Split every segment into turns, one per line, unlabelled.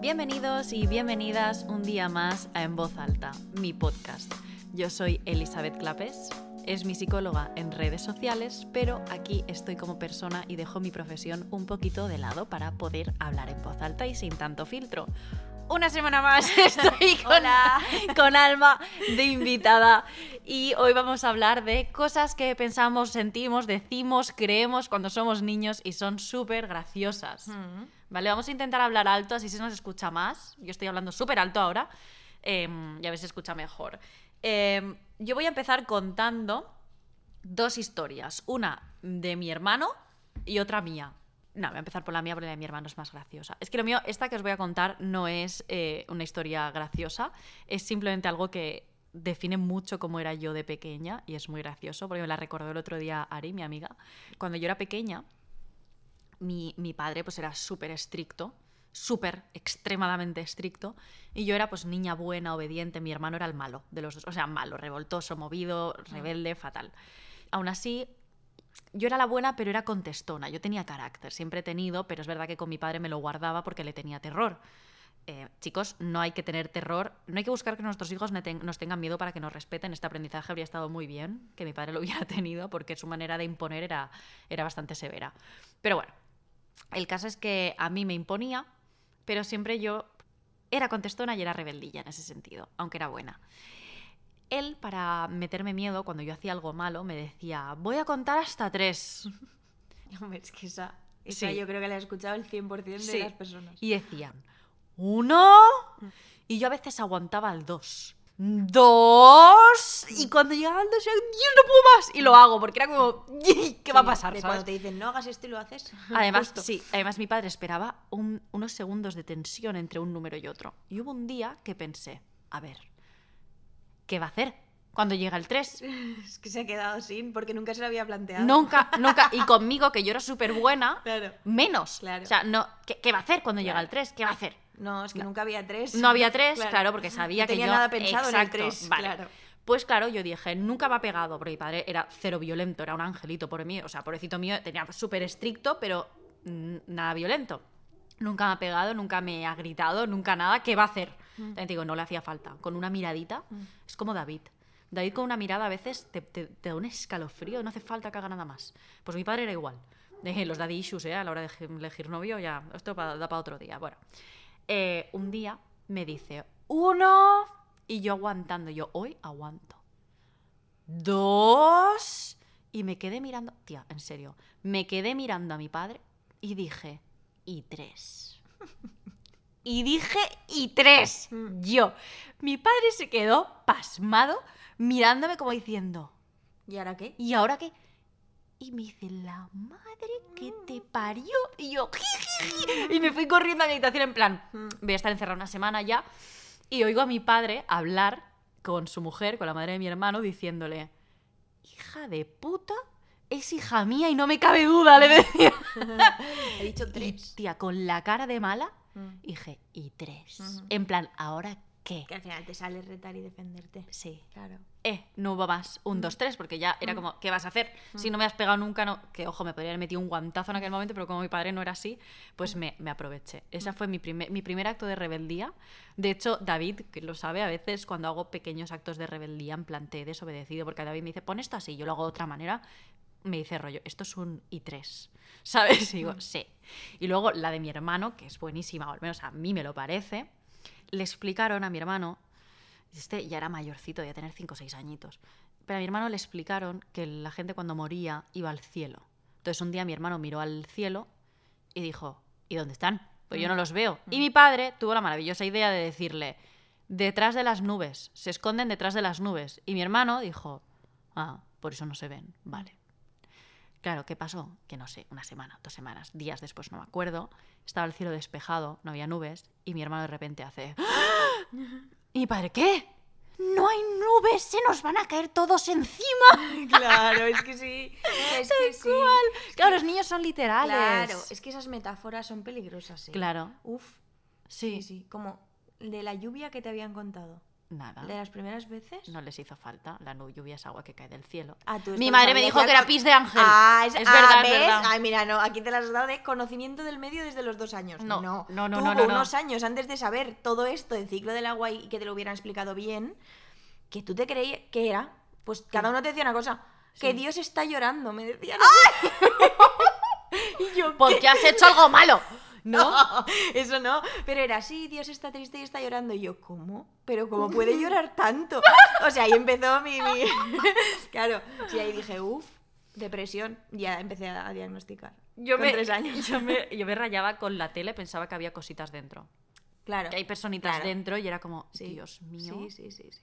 Bienvenidos y bienvenidas un día más a En Voz Alta, mi podcast. Yo soy Elizabeth Clapes, es mi psicóloga en redes sociales, pero aquí estoy como persona y dejo mi profesión un poquito de lado para poder hablar en voz alta y sin tanto filtro. Una semana más estoy con, con Alma de invitada y hoy vamos a hablar de cosas que pensamos, sentimos, decimos, creemos cuando somos niños y son súper graciosas. Vale, vamos a intentar hablar alto, así se nos escucha más. Yo estoy hablando súper alto ahora. eh, y a ver si se escucha mejor. Eh, yo voy a empezar contando dos historias. Una de mi hermano y otra mía. No, voy a empezar por la mía porque la de mi hermano es más graciosa. Es que lo mío, esta que os voy a contar no es eh, una historia graciosa, es simplemente algo que define mucho cómo era yo de pequeña y es muy gracioso porque me la recordó el otro día Ari, mi amiga. Cuando yo era pequeña, mi, mi padre pues era súper estricto, súper extremadamente estricto, y yo era pues niña buena, obediente, mi hermano era el malo de los dos, o sea, malo, revoltoso, movido, rebelde, fatal. Aún así, yo era la buena, pero era contestona, yo tenía carácter, siempre he tenido, pero es verdad que con mi padre me lo guardaba porque le tenía terror. Eh, chicos, no hay que tener terror, no hay que buscar que nuestros hijos ne- ten- nos tengan miedo para que nos respeten. Este aprendizaje habría estado muy bien que mi padre lo hubiera tenido porque su manera de imponer era, era bastante severa. Pero bueno, el caso es que a mí me imponía, pero siempre yo era contestona y era rebeldilla en ese sentido, aunque era buena. Él, para meterme miedo, cuando yo hacía algo malo, me decía, voy a contar hasta tres.
Hombre, es que esa, esa
Sí.
yo creo que la ha escuchado el 100% de
Sí.
las personas.
Y decían, uno. Y yo a veces aguantaba al dos. Dos. Y cuando llegaba al dos, yo "Dios, no puedo más. Y lo hago, porque era como, ¿qué va a
Sí,
pasar?
De
sabes?
cuando te dicen no hagas esto y lo haces.
Además,
Justo.
sí, además mi padre esperaba un- unos segundos de tensión entre un número y otro. Y hubo un día que pensé, a ver, ¿qué va a hacer cuando llega el 3?
Es que se ha quedado sin porque nunca se lo había planteado.
Nunca, nunca. Y conmigo, que yo era súper buena,
Claro.
menos.
Claro.
O sea, no, ¿qué, qué va a hacer cuando llega
Claro.
el 3? ¿Qué va a hacer?
No, es que nunca había tres.
No había tres, claro, porque sabía
no
que
tenía
yo-
nada pensado en el
Exacto,
tres.
vale.
Claro.
Pues claro, yo dije, nunca va pegado, porque mi padre era cero violento, era un angelito por mí, o sea, pobrecito mío, tenía súper estricto, pero mm, nada violento. Nunca me ha pegado, nunca me ha gritado, nunca nada, ¿qué va a hacer? También te digo, no le hacía falta. Con una miradita, es como David. David con una mirada a veces te, te- te da un escalofrío, no hace falta que haga nada más. Pues mi padre era igual. Eh, los daddy issues, ¿eh? A la hora de eje- elegir novio, ya, esto pa- da para otro día. Bueno, Eh, un día me dice, uno, y yo aguantando, yo hoy aguanto dos. Y me quedé mirando, tía, en serio, me quedé mirando a mi padre y dije, y tres. Y dije, y tres. Yo. Mi padre se quedó pasmado mirándome como diciendo,
¿Y ahora qué?
¿y ahora qué? Y me dice, la madre que te parió. Y yo, "Jijiji". Y me fui corriendo a mi habitación en plan,
Mm.
voy a estar encerrada una semana ya. Y oigo a mi padre hablar con su mujer, con la madre de mi hermano, diciéndole, hija de puta, es hija mía y no me cabe duda, le decía.
He dicho
Y
tres.
tía, con la cara de mala,
Mm.
dije, y tres.
Ujú.
En plan, ¿ahora qué?
Que al final te sale retar y defenderte.
Sí.
Claro.
eh, no hubo más, un, dos, tres, porque ya era como, ¿qué vas a hacer? Si no me has pegado nunca, no, que ojo, me podría haber metido un guantazo en aquel momento, pero como mi padre no era así, pues me, me aproveché. Ese fue mi primer, mi primer acto de rebeldía. De hecho, David, que lo sabe, a veces cuando hago pequeños actos de rebeldía, en plan, te he desobedecido, porque David me dice, pon esto así, yo lo hago de otra manera, me dice rollo, esto es un I3, ¿sabes? Y digo, sí. Y luego la de mi hermano, que es buenísima, o al menos a mí me lo parece, le explicaron a mi hermano, este ya era mayorcito, ya tener 5 o 6 añitos, pero a mi hermano le explicaron que la gente cuando moría iba al cielo. Entonces un día mi hermano miró al cielo y dijo, ¿y dónde están? Pues yo no los veo. Y mi padre tuvo la maravillosa idea de decirle, detrás de las nubes, se esconden detrás de las nubes. Y mi hermano dijo, ah, por eso no se ven, vale. Claro, ¿qué pasó? Que no sé, una semana, dos semanas, días después, no me acuerdo. Estaba el cielo despejado, no había nubes, y mi hermano de repente hace... ¡Ah! ¿Y mi padre qué? No hay nubes, se nos van a caer todos encima.
Claro, es que sí. Es que sí.
Claro, los niños son literales.
Claro, es que esas metáforas son peligrosas. ¿eh?
Claro.
Uf.
Sí.
Sí, sí. Como de la lluvia que te habían contado.
Nada.
De las primeras veces.
Ah. No les hizo falta. La nu- lluvia es agua que cae del cielo.
Ah, tú
Mi
esto lo
madre me
sabías
dijo
ya
que era
con-
pis de ángel.
Ah, es,
es
ah,
verdad, es
¿ves?
verdad.
Ay, mira, no, aquí te las has dado de conocimiento del medio desde los dos años.
No,
No, no,
no, no,
Tú
no, no,
unos
no.
años antes de saber todo esto del ciclo del agua y que te lo hubieran explicado bien, que tú te creías que era, pues cada uno te decía una cosa. Que Dios está llorando, me decían. y yo,
Porque has hecho algo malo. ¿No?
no, eso no. Pero era así, Dios está triste y está llorando. Y yo, ¿cómo? ¿Pero cómo puede llorar tanto? O sea, ahí empezó mi... mi- claro, y ahí dije, uff, depresión. Ya empecé a diagnosticar.
Yo
con
me,
tres años.
Yo, me, yo me rayaba con la tele, pensaba que había cositas dentro.
Claro.
Que hay personitas
Claro.
dentro y era como,
Sí.
Dios mío.
Sí, sí, sí. sí.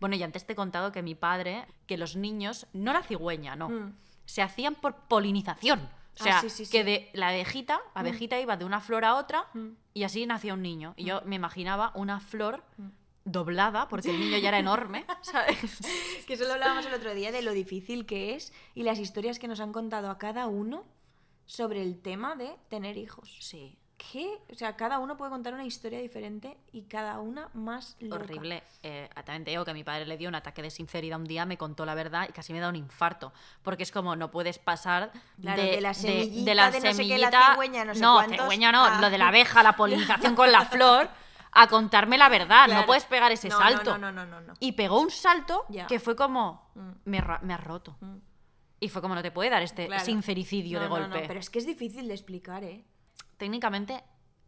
Bueno, y antes te he contado que mi padre, que los niños, no la cigüeña, no.
Mm.
Se hacían por polinización. O
Ah,
sea,
sí, sí,
que
sí. Mm.
de la abejita, la abejita iba de una flor a otra y así nacía un niño. Y
Mm.
yo me imaginaba una flor doblada, porque el niño ya era enorme, ¿sabes?
Que solo hablábamos el otro día de lo difícil que es y las historias que nos han contado a cada uno sobre el tema de tener hijos.
Sí,
¿Qué? O sea, cada uno puede contar una historia diferente y cada una más loca.
horrible. Eh, también te digo que mi padre le dio un ataque de sinceridad un día, me contó la verdad y casi me da un infarto. Porque es como, no puedes pasar
Claro,
de,
de la semillita, de no sé qué, la cigüeña, no sé cuántos, Ah.
cigüeña no,
a-
lo de la abeja, la polinización con la flor, a contarme la verdad. No
Claro.
puedes pegar ese
No, no,
salto.
No, no, no, no. no.
Y pegó un salto
Ya.
que fue como,
Mm.
me, ra- me has roto.
Mm.
Y fue como, no te puede dar este
Claro.
sincericidio de
No, no,
golpe.
no, pero es que es difícil de explicar, ¿eh?
técnicamente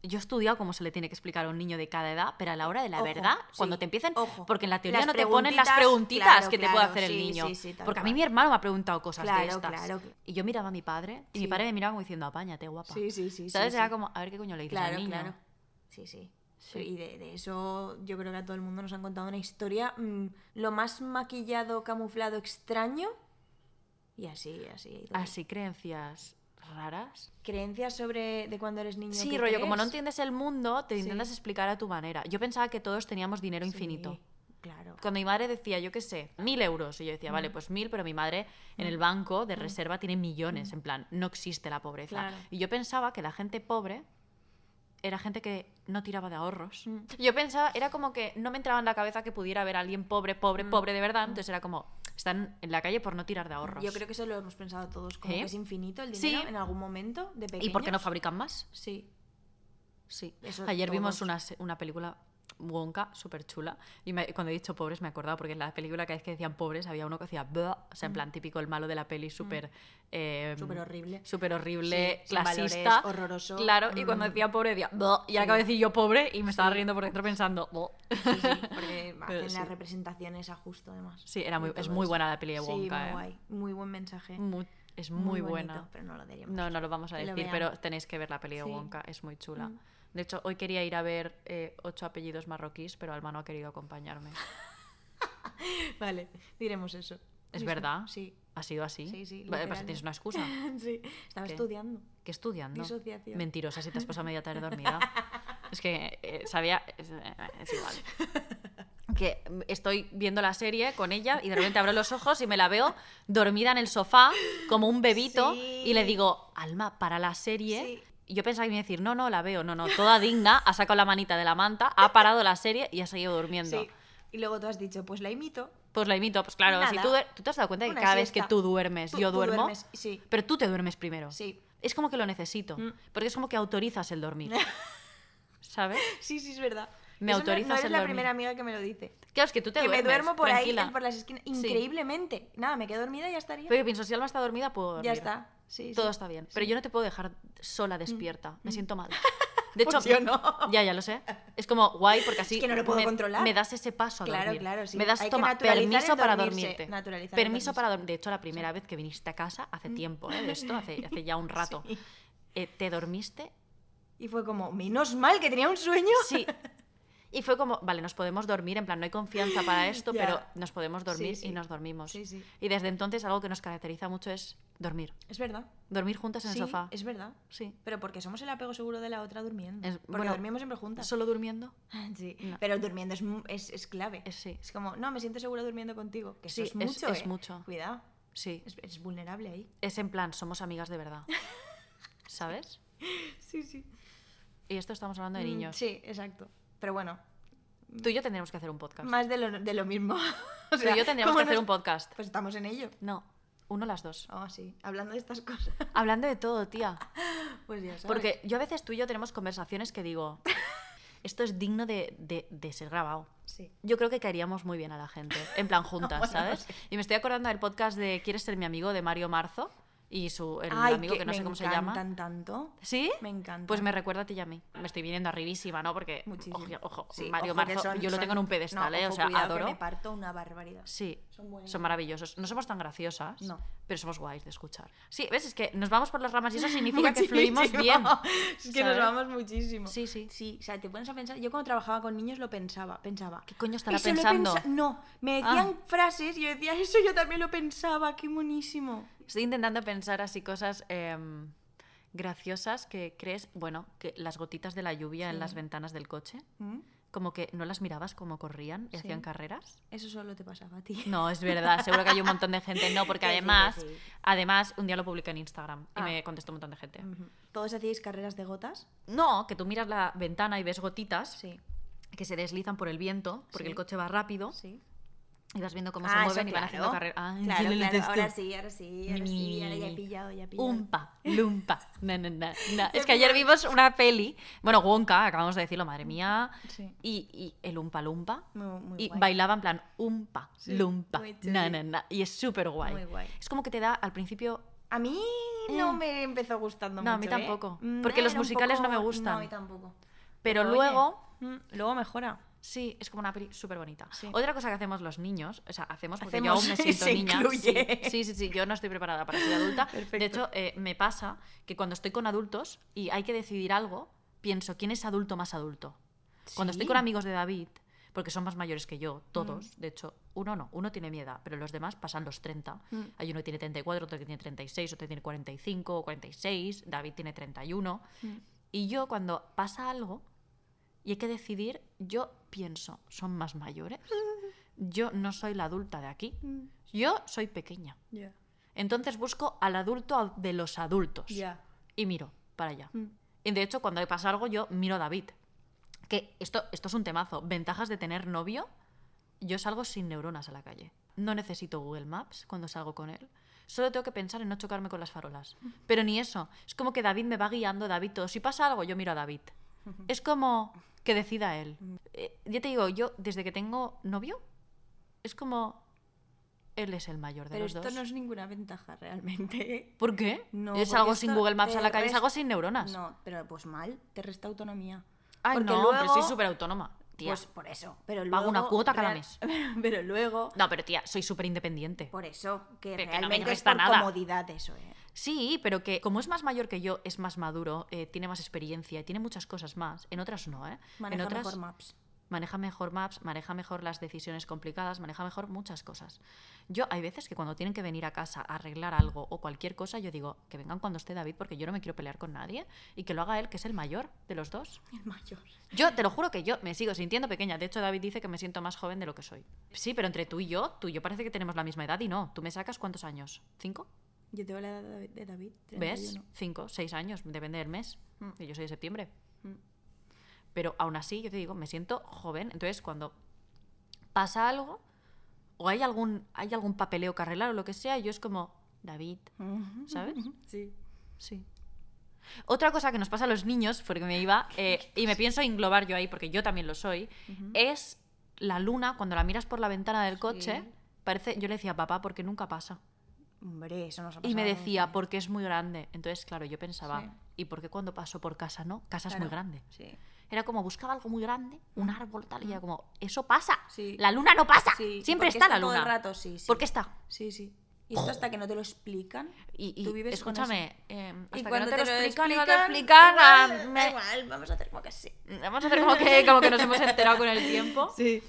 yo he estudiado cómo se le tiene que explicar a un niño de cada edad, pero a la hora de la
Ojo,
verdad,
sí,
cuando te empiezan,
ojo.
porque en la teoría
Las
no te ponen las
preguntitas,
preguntitas
claro,
que te
claro,
puede hacer el
sí,
niño.
sí, sí, tal
porque a mí
cual.
mi hermano me ha preguntado cosas de
Claro,
estas.
claro, claro.
Y yo miraba a mi padre y mi
Sí.
padre me miraba como diciendo, apáñate, guapa.
Sí, sí, sí,
¿Sabes?
sí,
Era
sí.
como, a ver qué coño le dices al
Claro,
niño.
claro. Sí, sí.
Sí.
Y de, de eso yo creo que a todo el mundo nos han contado una historia mm, lo más maquillado, camuflado, extraño. Y así, así. y todo.
Así creencias raras.
Creencias sobre de cuando eres niño.
Sí,
¿qué
rollo, como no
crees?
entiendes el mundo, te
Sí.
intentas explicar a tu manera. Yo pensaba que todos teníamos dinero infinito.
Sí, claro.
Cuando mi madre decía, yo qué sé, mil euros, y yo decía, vale, pues mil, pero mi madre en
Mm.
el banco de reserva tiene millones, en plan, no existe la pobreza.
Claro.
Y yo pensaba que la gente pobre era gente que no tiraba de ahorros.
Mm.
Yo pensaba, era como que no me entraba en la cabeza que pudiera haber alguien pobre, pobre,
Mm.
pobre de verdad, entonces era como, están en la calle por no tirar de ahorros.
Yo creo que eso lo hemos pensado todos, como
¿Eh?
que es infinito el
Sí.
dinero en algún momento de pequeños.
¿Y por qué no fabrican más?
Sí.
Sí.
Eso
Ayer vimos
todos.
una, se- una película Wonka, súper chula. Y me- cuando he dicho pobres me he acordado, porque en la película cada vez que decían pobres había uno que hacía... "Bah", o
Mm.
sea, en plan típico el malo de la peli, súper... eh,
Súper horrible.
Súper horrible,
Sí, sin valores,
clasista.
horroroso.
Claro, y cuando
Mm.
decía pobre decía... "Bah", y acabo de decir yo pobre y me estaba riendo por dentro pensando... "Bah".
Sí, sí, porque
Pero
hacen
sí.
las representaciones a justo además.
Sí, era muy-
De
es
todo
muy
eso.
buena la peli de
Sí,
Wonka,
muy
eh.
guay. Muy buen mensaje.
Mu- es muy,
bonito,
buena.
Pero no lo diríamos.
No, no lo vamos a
Que lo
decir, pero
veamos.
tenéis que ver la peli de
Sí. Mm.
Wonka, es muy chula. De hecho, hoy quería ir a ver eh, ocho apellidos marroquíes, pero Alma no ha querido acompañarme.
Vale, diremos eso.
¿Es
¿Listo?
verdad?
Sí.
¿Ha sido así?
Sí, sí,
Vale, pues
literal.
tienes una excusa.
sí. Estaba
¿Qué?
estudiando.
¿Qué estudiando?
Disociación.
Mentirosa, si te has pasado media tarde dormida. es que eh, sabía. Es, eh, es igual. Que estoy viendo la serie con ella y de repente abro los ojos y me la veo dormida en el sofá como un bebito
Sí.
y le digo, Alma, para la serie.
Sí.
Y yo pensaba que me iba a decir, no, no, la veo, no, no, toda digna, ha sacado la manita de la manta, ha parado la serie y ha seguido durmiendo.
Sí. Y luego tú has dicho, pues la imito.
Pues la imito, pues claro,
Nada.
si tú, duer- tú te has dado cuenta que
Una
cada vez que
siesta.
tú duermes,
Tú-
yo
tú
duermo,
duermes, sí.
pero tú te duermes primero.
Sí.
Es como que lo necesito,
Mm.
porque es como que autorizas el dormir. ¿Sabes?
Sí, sí, es verdad.
¿Me
Eso no-
autorizas
no, eres
el
la
dormir?
primera amiga que me lo dice.
Claro, es que tú te
que
duermes,
me duermo por
tranquila.
ahí, por las esquinas. Increíblemente. Nada, me quedo dormida y ya estaría.
Pero yo pienso, si Alba está dormida, puedo dormir.
ya está. Sí, sí.
Todo está bien. Pero yo no te puedo dejar sola despierta. Me siento mal. De
Pues
hecho,
yo no.
ya, ya lo sé. Es como guay porque así
Es que no lo puedo
me,
controlar.
me das ese paso a
Claro,
dormir.
claro, sí.
Me das
Hay que
toma,
naturalizar el
permiso para
dormirse,
dormirte.
naturalizar el
Permiso
dormirse. Mm.
para dormir. De hecho, la primera vez que viniste a casa, hace tiempo, ¿eh? de esto, hace, hace ya un rato,
Sí.
eh, te dormiste.
Y fue como, menos mal que tenía un sueño.
Sí. Y fue como, vale, nos podemos dormir, en plan, no hay confianza para esto,
Ya.
pero nos podemos dormir
Sí, sí.
y nos dormimos.
Sí, sí.
Y desde entonces algo que nos caracteriza mucho es dormir.
Es verdad.
Dormir juntas en
sí,
el sofá.
es verdad.
Sí.
Pero porque somos el apego seguro de la otra durmiendo.
Es-
porque
bueno,
dormimos siempre juntas.
Solo durmiendo.
Sí,
No.
pero durmiendo es, mu- es, es clave.
Eh, sí.
Es como, no, me siento segura durmiendo contigo. Que eso
Sí,
es mucho.
es
¿eh?
mucho.
Cuidado.
Sí.
Es, es vulnerable ahí.
Es en plan, somos amigas de verdad. ¿Sabes?
Sí, sí.
Y esto estamos hablando de niños.
Mm, Sí, exacto. Pero bueno,
Tú y yo tendremos que hacer un podcast.
más de lo, de lo mismo. O
Tú y Pues- yo tendríamos
¿cómo
que hacer
nos-
un podcast.
Pues estamos en ello.
No, uno las dos.
Ah, sí. Hablando de estas cosas.
Hablando de todo, tía.
Pues ya sabes.
Porque yo a veces tú y yo tenemos conversaciones que digo, esto es digno de, de- de ser grabado.
Sí.
Yo creo que caeríamos muy bien a la gente, en plan juntas,
Bueno,
¿sabes?
sí.
Y me estoy acordando del podcast de ¿Quieres ser mi amigo? de Mario Marzo y su el
Ay,
amigo que, no sé cómo se
Me
llama.
encantan tanto.
¿Sí?
Me encantan.
Pues me recuerda a ti y a mí. Me estoy viniendo arribísima, ¿no? Porque,
Muchísimo.
ojo, ojo,
Sí,
Mario
ojo que
Marzo,
son-
yo lo
son-
tengo en un pedestal,
no,
¿eh? O
ojo,
sea,
cuidado, que
adoro.
me parto una barbaridad.
Sí,
Son buenísimos.
son maravillosos. No somos tan graciosas,
No.
pero somos guays de escuchar. Sí, ves, es que nos vamos por las ramas y eso significa que fluimos
Muchísimo.
bien.
Es que nos
¿sabes?
vamos muchísimo.
Sí, sí.
Sí, o sea, te pones a pensar. Yo cuando trabajaba con niños lo pensaba, pensaba.
¿Qué coño estará
"Eso lo he
pensando?" Ah.
pensa- No, me decían frases y yo decía, eso yo también lo pensaba, qué buenísimo.
Estoy intentando pensar así cosas em, graciosas que crees, bueno, que las gotitas de la lluvia en las ventanas del coche,
¿Mm?
como que no las mirabas como corrían y hacían
Sí.
carreras.
Eso solo te pasaba a ti.
No, es verdad, seguro que hay un montón de gente. No, porque
Que sí, que
además,
sí.
además, un día lo publiqué en Instagram y
Ah. Mm.
me contestó un montón de gente.
Ujú. Todos hacíais carreras de gotas.
No, que tú miras la ventana y ves gotitas
Sí,
que se deslizan por el viento, porque
Sí.
el coche va rápido,
sí.
y vas viendo cómo se
Ah, eso
mueven y van
claro.
haciendo carreras. Ah,
claro,
entiendo el
claro.
texto.
Ahora sí, ahora sí, ahora sí, ahora ya he
Ni-
pillado, ya he pillado.
Umpa, lumpa. Na, na, na, na.
Ya
Es que ayer
pillado.
vimos una peli, bueno, Wonka, acabamos de decirlo, madre mía,
Sí.
y, y el umpa lumpa.
Muy- muy
y
guay.
bailaba en plan umpa,
Sí,
lumpa,
muy chulo.
na, na, na. Y es súper guay.
Muy guay.
Es como que te da al principio.
A mí no
Eh.
me empezó gustando
No, a
mucho.
mí
¿eh?
tampoco,
Mm,
porque los
era un
musicales no me gustan.
No, a mí tampoco.
Pero
Oye,
luego.
mm, luego mejora.
Sí, es como una peli súper bonita.
Sí.
Otra cosa que hacemos los niños, o sea, hacemos porque yo
Hacemos,
aún me siento
se
niña.
incluye.
Sí, sí, sí, sí, yo no estoy preparada para ser adulta.
Perfecto.
De hecho, eh, me pasa que cuando estoy con adultos y hay que decidir algo, pienso, ¿quién es adulto más adulto? Cuando estoy
Sí.
con amigos de David, porque son más mayores que yo, todos, de hecho, uno no, uno tiene mi edad, pero los demás pasan los 30. Hay uno que tiene 34, otro que tiene 36, otro que tiene 45 o 46, David tiene 31. Y yo cuando pasa algo y hay que decidir, yo pienso, son más mayores, yo no soy la adulta de aquí, yo soy pequeña.
Ya.
Entonces busco al adulto a- de los adultos
Ya. Mm.
y miro para allá. Y de hecho, cuando me pasa algo, yo miro a David. Que esto, esto es un temazo. Ventajas de tener novio. Yo salgo sin neuronas a la calle. No necesito Google Maps cuando salgo con él. Solo tengo que pensar en no chocarme con las farolas. Pero ni eso. Es como que David me va guiando, David todo. Si pasa algo, yo miro a David. Es como que decida él. Eh, ya te digo, yo desde que tengo novio, es como él es el mayor de
Pero
los
esto
dos.
no es ninguna ventaja realmente. ¿eh?
¿Por qué?
No,
es
porque
algo sin
esto
Google Maps
te
a la calle, es
resta-
algo sin neuronas.
No, pero pues mal, te resta autonomía.
Ay,
Porque
no,
luego,
pero soy súper autónoma. Tía.
Pues por eso. Pero luego,
Pago una cuota cada
real-
mes.
Pero luego,
No, pero tía, soy súper independiente.
por eso, que
Pero que no me
realmente es
resta
por
nada.
comodidad eso, ¿eh?
Sí, pero que como es más mayor que yo, es más maduro, eh, tiene más experiencia, tiene muchas cosas más. En otras no, ¿eh?
Maneja
en otras
mejor maps.
maneja mejor maps, maneja mejor las decisiones complicadas, maneja mejor muchas cosas. Yo hay veces que cuando tienen que venir a casa a arreglar algo o cualquier cosa, yo digo que vengan cuando esté David porque yo no me quiero pelear con nadie y que lo haga él, que es el mayor de los dos.
El mayor.
Yo te lo juro que yo me sigo sintiendo pequeña. De hecho, David dice que me siento más joven de lo que soy. Sí, pero entre tú y yo, tú y yo parece que tenemos la misma edad y no. ¿Tú me sacas cuántos años? ¿Cinco?
Yo tengo la edad de David- de David.
¿Ves?
31.
Cinco, seis años, depende del mes.
Mm.
Y yo soy de septiembre.
Mm.
Pero aún así, yo te digo, me siento joven. Entonces, cuando pasa algo o hay algún, hay algún papeleo
Mm.
que arreglar o lo que sea, yo es como, David,
Ujú.
¿sabes?
Sí.
Sí. Otra cosa que nos pasa a los niños, porque me iba, eh, y me pienso englobar yo ahí, porque yo también lo soy, es la luna, cuando la miras por la ventana del coche,
Sí.
parece, yo le decía, papá, porque nunca pasa.
Hombre, eso nos ha
Y me
pasado
decía,
mucho.
porque es muy grande. Entonces, claro, yo pensaba,
Sí.
¿y por qué cuando paso por casa no? Casa es muy
Claro,
grande.
Sí.
Era como buscaba algo muy grande, un árbol tal, y era como, eso pasa.
Sí.
La luna no pasa.
Sí,
Siempre
porque
está, la
todo el
luna.
rato, sí, sí.
¿Por qué está?
Sí, sí. Y esto hasta que no te lo explican.
Y, y
tú vives con
escúchame,
eso.
eh, hasta
Y
que
cuando
no te, lo explican, no te explican,
igual,
ah,
da
me-
igual, vamos a hacer como que sí.
Vamos a hacer como que, como que nos hemos enterado con el tiempo.
Sí.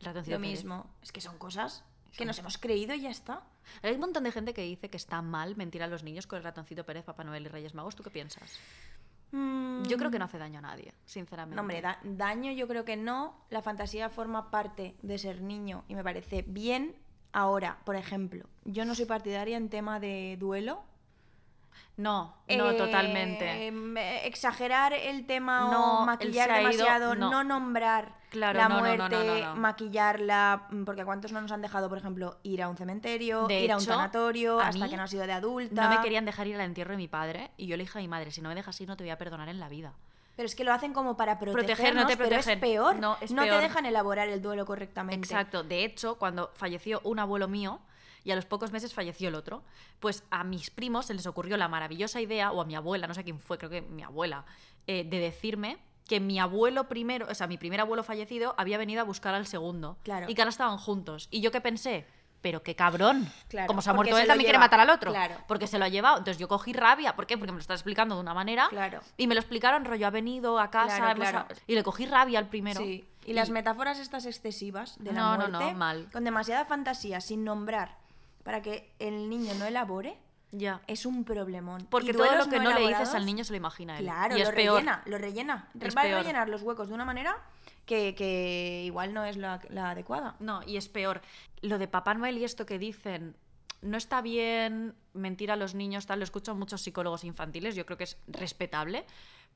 El ratoncito
Lo
Pérez.
mismo. Es que son cosas que nos hemos creído y ya está.
Hay un montón de gente que dice que está mal mentir a los niños con el ratoncito Pérez, Papá Noel y Reyes Magos. ¿Tú qué piensas? Yo creo que no hace daño a nadie, sinceramente.
Mm, No, hombre, da- daño yo creo que no. La fantasía forma parte de ser niño y me parece bien. Ahora, por ejemplo, yo no soy partidaria en tema de duelo.
no, no,
Eh,
totalmente.
me- Exagerar el tema
No,
o
él
maquillar
se ha ido,
demasiado,
no.
no, nombrar
Claro,
la
no, no, no,
muerte,
no, no, no.
maquillarla, mm, porque a cuántos no nos han dejado, por ejemplo, ir a un cementerio,
De
ir a un
hecho,
sanatorio,
a
hasta
mí
que no has ido de adulta.
No me querían dejar ir al entierro de mi padre y yo le dije a mi madre, si no me dejas ir no te voy a perdonar en la vida.
Pero es que lo hacen como para protegernos,
Proteger, no te
pero es
protegen.
peor.
No, es
te
peor.
dejan elaborar el duelo correctamente.
Exacto. De hecho, cuando falleció un abuelo mío y a los pocos meses falleció el otro, pues a mis primos se les ocurrió la maravillosa idea, o a mi abuela, no sé quién fue, creo que mi abuela, eh, de decirme que mi abuelo primero, o sea, mi primer abuelo fallecido había venido a buscar al segundo.
Claro.
Y que ahora estaban juntos. Y yo qué pensé. Pero qué cabrón.
Claro,
Como se ha
porque
muerto
se
él,
lo
también quiere
lleva.
matar al otro.
Claro.
Porque se lo ha llevado. Entonces yo cogí rabia. ¿Por qué? Porque me lo estás explicando de una manera.
Claro.
Y me lo explicaron, rollo, ha venido a casa.
Claro,
hemos-
claro.
Y le cogí rabia al primero.
Sí. Y, las metáforas estas excesivas de la
No, no,
muerte,
no, mal.
con demasiada fantasía, sin nombrar, para que el niño no elabore,
Ya.
es un problemón.
Porque
Y
todo
duelos
lo que no, le dices
elaborados,
al niño se lo imagina él.
Claro,
y es
lo
peor.
rellena, lo rellena.
Es
Va a
peor.
rellenar los huecos de una manera que, que igual no es la, la adecuada.
No, y es peor. Lo de Papá Noel y esto que dicen, no está bien mentir a los niños, tal, lo escucho a muchos psicólogos infantiles, yo creo que es respetable.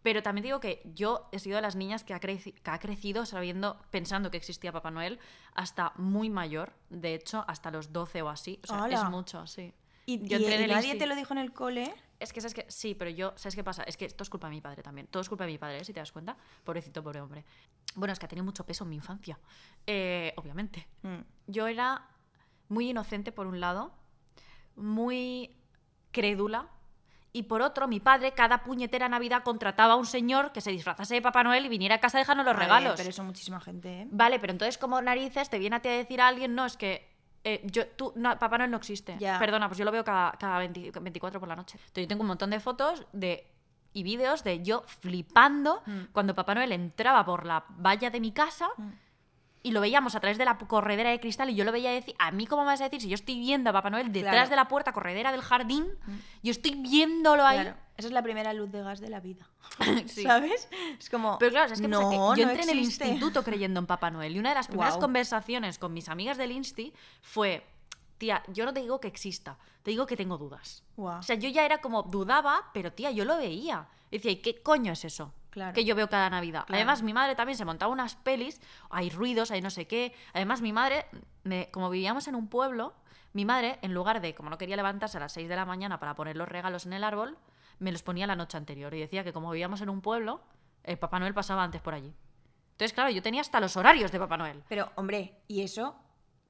Pero también digo que yo he sido de las niñas que ha, creci- que ha crecido sabiendo, pensando que existía Papá Noel, hasta muy mayor, de hecho, hasta los 12 o así. O sea,
¡Hala!
es mucho, sí.
Y,
Yo
y-
entré en
y
el
nadie
insti-
te lo dijo en el cole.
Es que, ¿sabes que Sí, pero yo, ¿sabes qué pasa? Es que esto es culpa de mi padre también. Todo es culpa de mi padre, ¿eh? si te das cuenta. Pobrecito, pobre hombre. Bueno, es que ha tenido mucho peso en mi infancia. Eh, obviamente.
Mm.
Yo era muy inocente por un lado, muy crédula. Y por otro, mi padre cada puñetera Navidad contrataba a un señor que se disfrazase de Papá Noel y viniera a casa a dejarnos los
A ver,
regalos.
pero eso muchísima gente, ¿eh?
Vale, pero entonces como narices te viene a ti a decir a alguien, no, es que eh, yo, tú, no, Papá Noel no existe.
Ya.
Perdona, pues yo lo veo cada, cada 20 24 por la noche. Entonces yo tengo un montón de fotos de y vídeos de yo flipando
Mm.
cuando Papá Noel entraba por la valla de mi casa y lo veíamos a través de la corredera de cristal y yo lo veía decir, a mí cómo me vas a decir si yo estoy viendo a Papá Noel detrás
Claro. Mm.
de la puerta corredera del jardín, yo estoy viéndolo ahí.
Claro, esa es la primera luz de gas de la vida.
Sí.
¿Sabes? Es como.
Pero claro, es que,
no,
pasa que yo
no
entré en el
existe".
instituto creyendo en Papá Noel y una de las primeras
Guau.
conversaciones con mis amigas del Insti fue, tía, yo no te digo que exista, te digo que tengo dudas.
Guau.
O sea, yo ya era como dudaba, pero tía, yo lo veía. Y decía, ¿y qué coño es eso?
Claro.
Que yo veo cada Navidad.
Claro.
Además, mi madre también se montaba unas pelis, hay ruidos, hay no sé qué. Además, mi madre, me- como vivíamos en un pueblo, mi madre, en lugar de, como no quería levantarse a las 6 de la mañana para poner los regalos en el árbol, me los ponía la noche anterior y decía que como vivíamos en un pueblo, el Papá Noel pasaba antes por allí. Entonces, claro, yo tenía hasta los horarios de Papá Noel.
Pero, hombre, ¿y eso?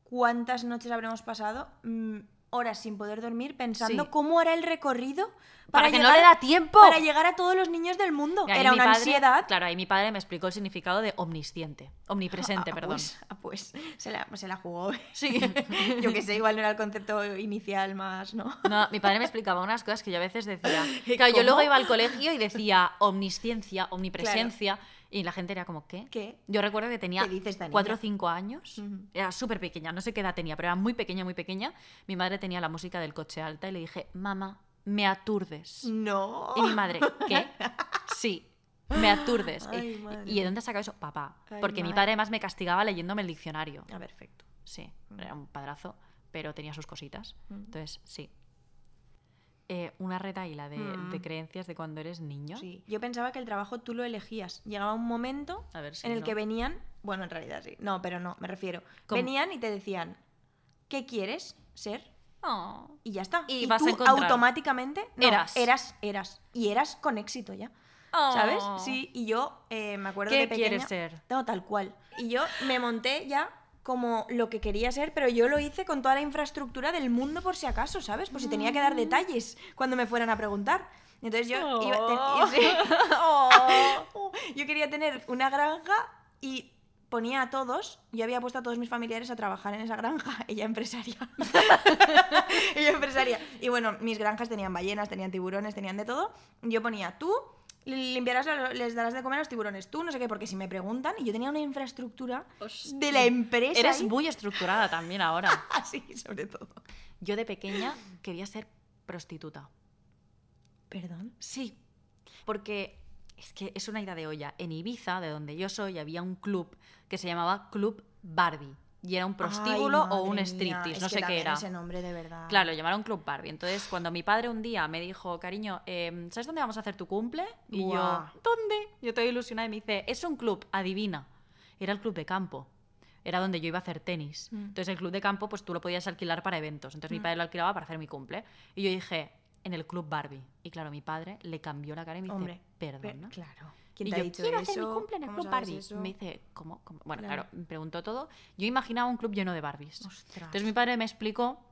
¿Cuántas noches habremos pasado? mm, horas sin poder dormir pensando
Sí.
cómo hará el recorrido
Para que no le da tiempo.
Para llegar a todos los niños del mundo.
Y ahí
Era
mi
una
padre-
ansiedad.
Claro, ahí mi padre me explicó el significado de omnisciente, omnipresente,
Ah,
perdón.
Pues, ah, pues, se, la, se la jugó.
Sí.
Yo que sé, igual no era el concepto inicial más, ¿no?
No, mi padre me explicaba unas cosas que yo a veces decía.
¿Y
Claro, yo
cómo?
luego iba al colegio y decía omnisciencia, omnipresencia, y la gente era como, ¿qué?
¿Qué?
Yo recuerdo que tenía
¿Qué dice esta niña?
4 o 5 años,
Ujú.
era súper pequeña, no sé qué edad tenía, pero era muy pequeña, muy pequeña. Mi madre tenía la música del coche alta y le dije, mamá, me aturdes.
No.
Y mi madre, ¿qué? Sí, me aturdes. Y-
Ay, madre.
¿Y de dónde sacaba eso? Papá.
Ay,
Porque mi
madre.
padre además me castigaba leyéndome el diccionario.
Ah, perfecto.
Sí,
Mm.
era un padrazo, pero tenía sus cositas. Entonces, sí. Eh, una retaíla de, de creencias de cuando eres niño.
Mm. Sí. Yo pensaba que el trabajo tú lo elegías. Llegaba un momento
A ver si
en el
no.
que venían, bueno, en realidad sí, no, pero no, me refiero.
¿Cómo?
Venían y te decían, ¿qué quieres ser?
Oh.
Y ya está.
Y
Y,
vas a
tú
encontrar.
automáticamente no,
Eras.
eras, eras. Y eras con éxito ya.
Oh.
¿Sabes? Sí, y yo eh, me acuerdo
¿Qué
de pequeña.
quieres ser?
No, tal cual. Y yo me monté ya como lo que quería ser, pero yo lo hice con toda la infraestructura del mundo por si acaso, ¿sabes? Por si tenía que dar detalles cuando me fueran a preguntar. Entonces yo iba
Mm. Oh.
a te- yo quería tener una granja y ponía a todos, yo había puesto a todos mis familiares a trabajar en esa granja, ella empresaria. ella empresaria. Y bueno, mis granjas tenían ballenas, tenían tiburones, tenían de todo. Yo ponía tú limpiarás, la- les darás de comer a los tiburones, tú no sé qué, porque si me preguntan, y yo tenía una infraestructura de la empresa.
Eres
ahí.
muy estructurada también ahora.
así, sobre todo.
Yo de pequeña quería ser prostituta.
Perdón.
Sí, porque es que es una idea de olla. En Ibiza, de donde yo soy, había un club que se llamaba Club Barbie. Y era un prostíbulo
Ay,
o un
madre mía,
striptease,
es
no
que
sé qué
también
era.
Ese nombre de verdad.
Claro, lo llamaron Club Barbie. Entonces, cuando mi padre un día me dijo, cariño, eh, ¿sabes dónde vamos a hacer tu cumple? Y
Buah.
yo, ¿dónde? Yo estoy ilusionada y me dice, es un club, adivina. Era el club de campo. Era donde yo iba a hacer tenis.
Mm.
Entonces, el club de campo, pues tú lo podías alquilar para eventos. Entonces, mi padre lo alquilaba para hacer mi cumple. Y yo dije, en el club Barbie. Y claro, mi padre le cambió la cara y me
Hombre,
dice, perdona.
per- claro.
Y
¿Quién te
yo,
ha dicho
quiero
eso?
hacer mi cumple en el
¿Cómo
club
sabes
Barbie.
eso?
Me dice, ¿cómo? cómo?". Bueno, claro.
Claro.
me preguntó todo. Yo imaginaba un club lleno de Barbies.
Ostras.
Entonces mi padre me explicó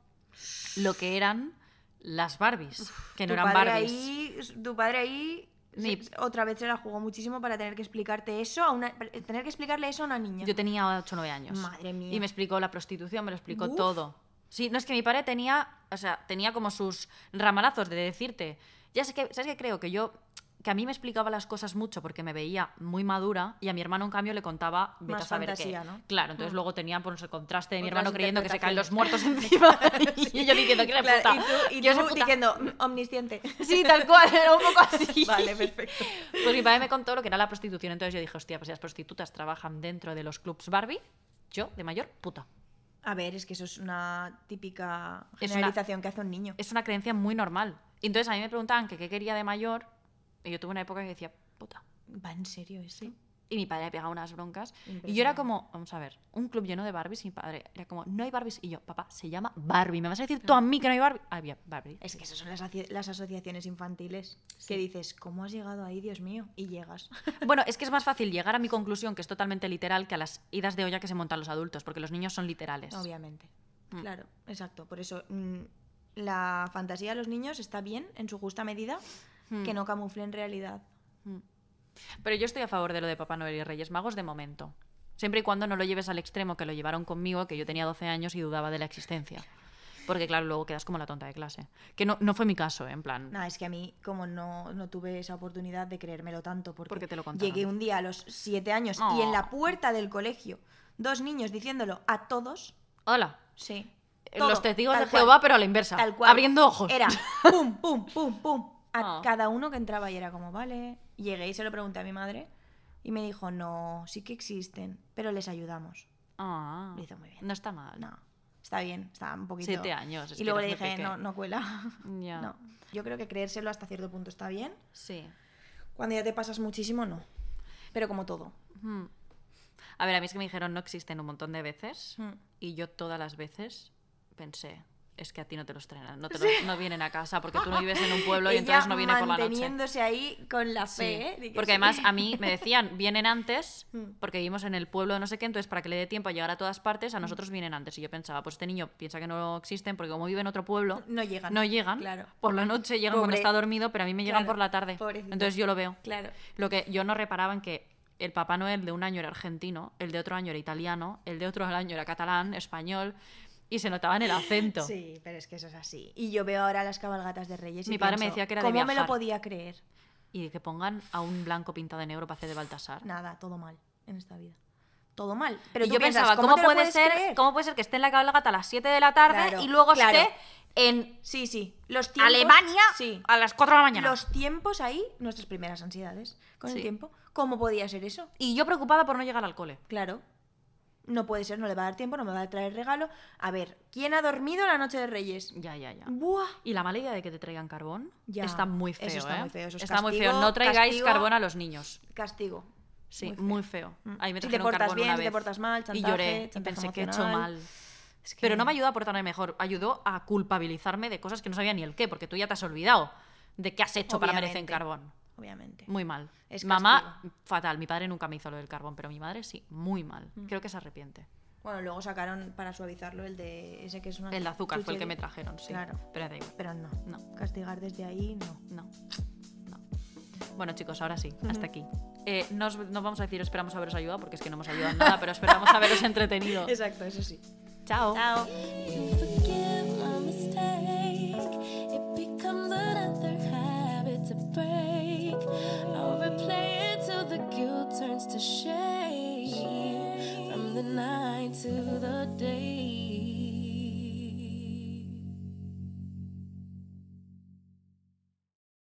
lo que eran las Barbies, que no
tu
eran
padre
Barbies.
ahí- tu padre ahí
Ni-
se- otra vez se la jugó muchísimo para tener que explicarte eso a una para tener que explicarle eso a una niña.
Yo tenía 8 o 9 años.
Madre mía.
Y me explicó la prostitución, me lo explicó
Buf.
todo. Sí, no es que mi padre tenía, o sea, tenía como sus ramalazos de decirte. Ya sé que, ¿sabes qué creo? Que yo, que a mí me explicaba las cosas mucho porque me veía muy madura y a mi hermano, en cambio, le contaba, vete
Más
a saber
fantasía,
qué.
¿no? Mm.
Claro, entonces luego tenía pues, el contraste de mi
Otras
hermano creyendo que se caen los muertos encima y yo diciendo, ¿qué
Claro,
puta?
y tú, y
quiero ser
tú
puta".
diciendo "Mm, omnisciente.
Sí, tal cual, era un poco así.
Vale, perfecto.
Pues mi padre me contó lo que era la prostitución, entonces yo dije, hostia, pues si las prostitutas trabajan dentro de los clubs Barbie, yo, de mayor, puta.
A ver, es que eso es una típica
Es una-
generalización que hace un niño.
Es una creencia muy normal. Y entonces a mí me preguntaban que qué quería de mayor, y yo tuve una época que decía, puta.
¿Va en serio eso?
Y mi padre me pegaba unas broncas. Y yo era como, vamos a ver, un club lleno de Barbies y mi padre era como, no hay Barbies. Y yo, papá, se llama Barbie. ¿Me vas a decir tú a mí que no hay Barbie? Ah, Había Barbie.
Es que esas son las, asoci- las asociaciones infantiles que dices, ¿cómo has llegado ahí, Dios mío? Y llegas.
Bueno, es que es más fácil llegar a mi conclusión, que es totalmente literal, que a las idas de olla que se montan los adultos, porque los niños son literales.
Obviamente.
mm.
Claro, exacto. Por eso mm, la fantasía de los niños está bien en su justa medida
Mm.
que no camufle en realidad.
Pero yo estoy a favor de lo de Papá Noel y Reyes Magos de momento. Siempre y cuando no lo lleves al extremo que lo llevaron conmigo, que yo tenía 12 años y dudaba de la existencia. Porque claro, luego quedas como la tonta de clase. Que no, no fue mi caso, ¿eh? en plan.
Nada, es que a mí, como no, no tuve esa oportunidad de creérmelo tanto, porque,
Porque te lo contaron.
llegué un día a los siete años y
Oh.
en la puerta del colegio, dos niños diciéndolo a todos,
Hola.
sí.
eh,
todo,
los testigos
tal
de
cual,
Jehová, pero a la inversa.
tal cual.
Abriendo ojos.
Era pum, pum, pum, pum. A
Oh.
cada uno que entraba y era como, vale. Llegué y se lo pregunté a mi madre y me dijo, no, sí que existen, pero les ayudamos.
Ah,
Lo hizo muy bien.
No está mal.
No, está bien, está un poquito.
Siete años, es
Y
que
luego le
eres muy
dije,
peque.
no, no cuela.
Ya.
No. Yo creo que creérselo hasta cierto punto está bien.
Sí.
Cuando ya te pasas muchísimo, no. Pero como todo.
A ver, a mí es que me dijeron no existen un montón de veces
Mm.
y yo todas las veces pensé, es que a ti no te los traen, no, te los- no vienen a casa porque tú no vives en un pueblo y
Ella
entonces no viene por la noche.
manteniéndose ahí con la
Sí,
fe, ¿eh? De que
porque
sí. Mm.
además a mí me decían, vienen antes, porque vivimos en el pueblo de no sé qué, entonces para que le dé tiempo a llegar a todas partes, a
Mm.
nosotros vienen antes. Y yo pensaba, pues este niño piensa que no existen, porque como vive en otro pueblo,
No llegan.
No llegan.
Claro.
Por la noche llegan cuando
Pobre.
está dormido, pero a mí me llegan
Claro,
por la tarde.
pobrecito.
Entonces yo lo veo.
Claro.
Lo que yo no reparaba en que el Papá Noel de un año era argentino, el de otro año era italiano, el de otro año era catalán, español, y se notaba en el acento.
Sí, pero es que eso es así. Y yo veo ahora las cabalgatas de Reyes. y
Mi padre me
pienso,
decía que era de
¿Cómo me
viajar".
lo podía creer?
Y que pongan a un blanco pintado de negro para hacer de Baltasar.
Nada, todo mal en esta vida. Todo mal. Pero
y
tú
yo
piensas,
pensaba, ¿cómo,
te lo
puede
puedes
ser,
creer?
¿cómo puede ser que esté en la cabalgata a las 7 de la tarde
Claro,
y luego
claro.
esté en
Sí, sí. Los tiempos-
Alemania
Sí.
a las 4 de la mañana?
Los tiempos ahí, nuestras primeras ansiedades con
Sí.
el tiempo. ¿Cómo podía ser eso?
Y yo preocupada por no llegar al cole.
Claro. No puede ser, no le va a dar tiempo, no me va a traer regalo. A ver, ¿quién ha dormido la noche de Reyes?
Ya, ya, ya.
¡Buah!
Y la mala idea de que te traigan carbón
Ya.
está muy feo.
Eso está
¿eh?
muy feo, eso es
está muy
castigo,
feo. No traigáis
castigo.
carbón a los niños.
Castigo.
Sí,
Muy
muy feo.
Mm.
Ahí me
Si te
trajeron
portas
carbón
bien,
una
si te
vez.
portas mal,
y
chantaje,
lloré y
chantaje
pensé que he hecho
emocional.
mal.
Es que-
Pero no me ayudó a portarme mejor, ayudó a culpabilizarme de cosas que no sabía ni el qué, porque tú ya te has olvidado de qué has hecho para merecer
Obviamente.
carbón.
Obviamente.
Muy mal.
Es
Mamá, fatal. Mi padre nunca me hizo lo del carbón, pero mi madre sí, muy mal.
Mm.
Creo que se arrepiente.
Bueno, luego sacaron para suavizarlo el de ese que es una.
El de azúcar fue el que
chuchería.
me trajeron, sí.
Claro.
Pero da igual.
Pero no.
No.
Castigar desde ahí, no.
No. No. Bueno, chicos, ahora sí, hasta aquí. Eh, no, os- no vamos a decir esperamos haberos ayudado porque es que no hemos ayudado en nada, pero esperamos haberos entretenido.
Exacto, eso sí.
Chao.
Chao.
forgive my mistake. It becomes another habit to break. I'll replay it till the guilt turns to shame. From the night to the day.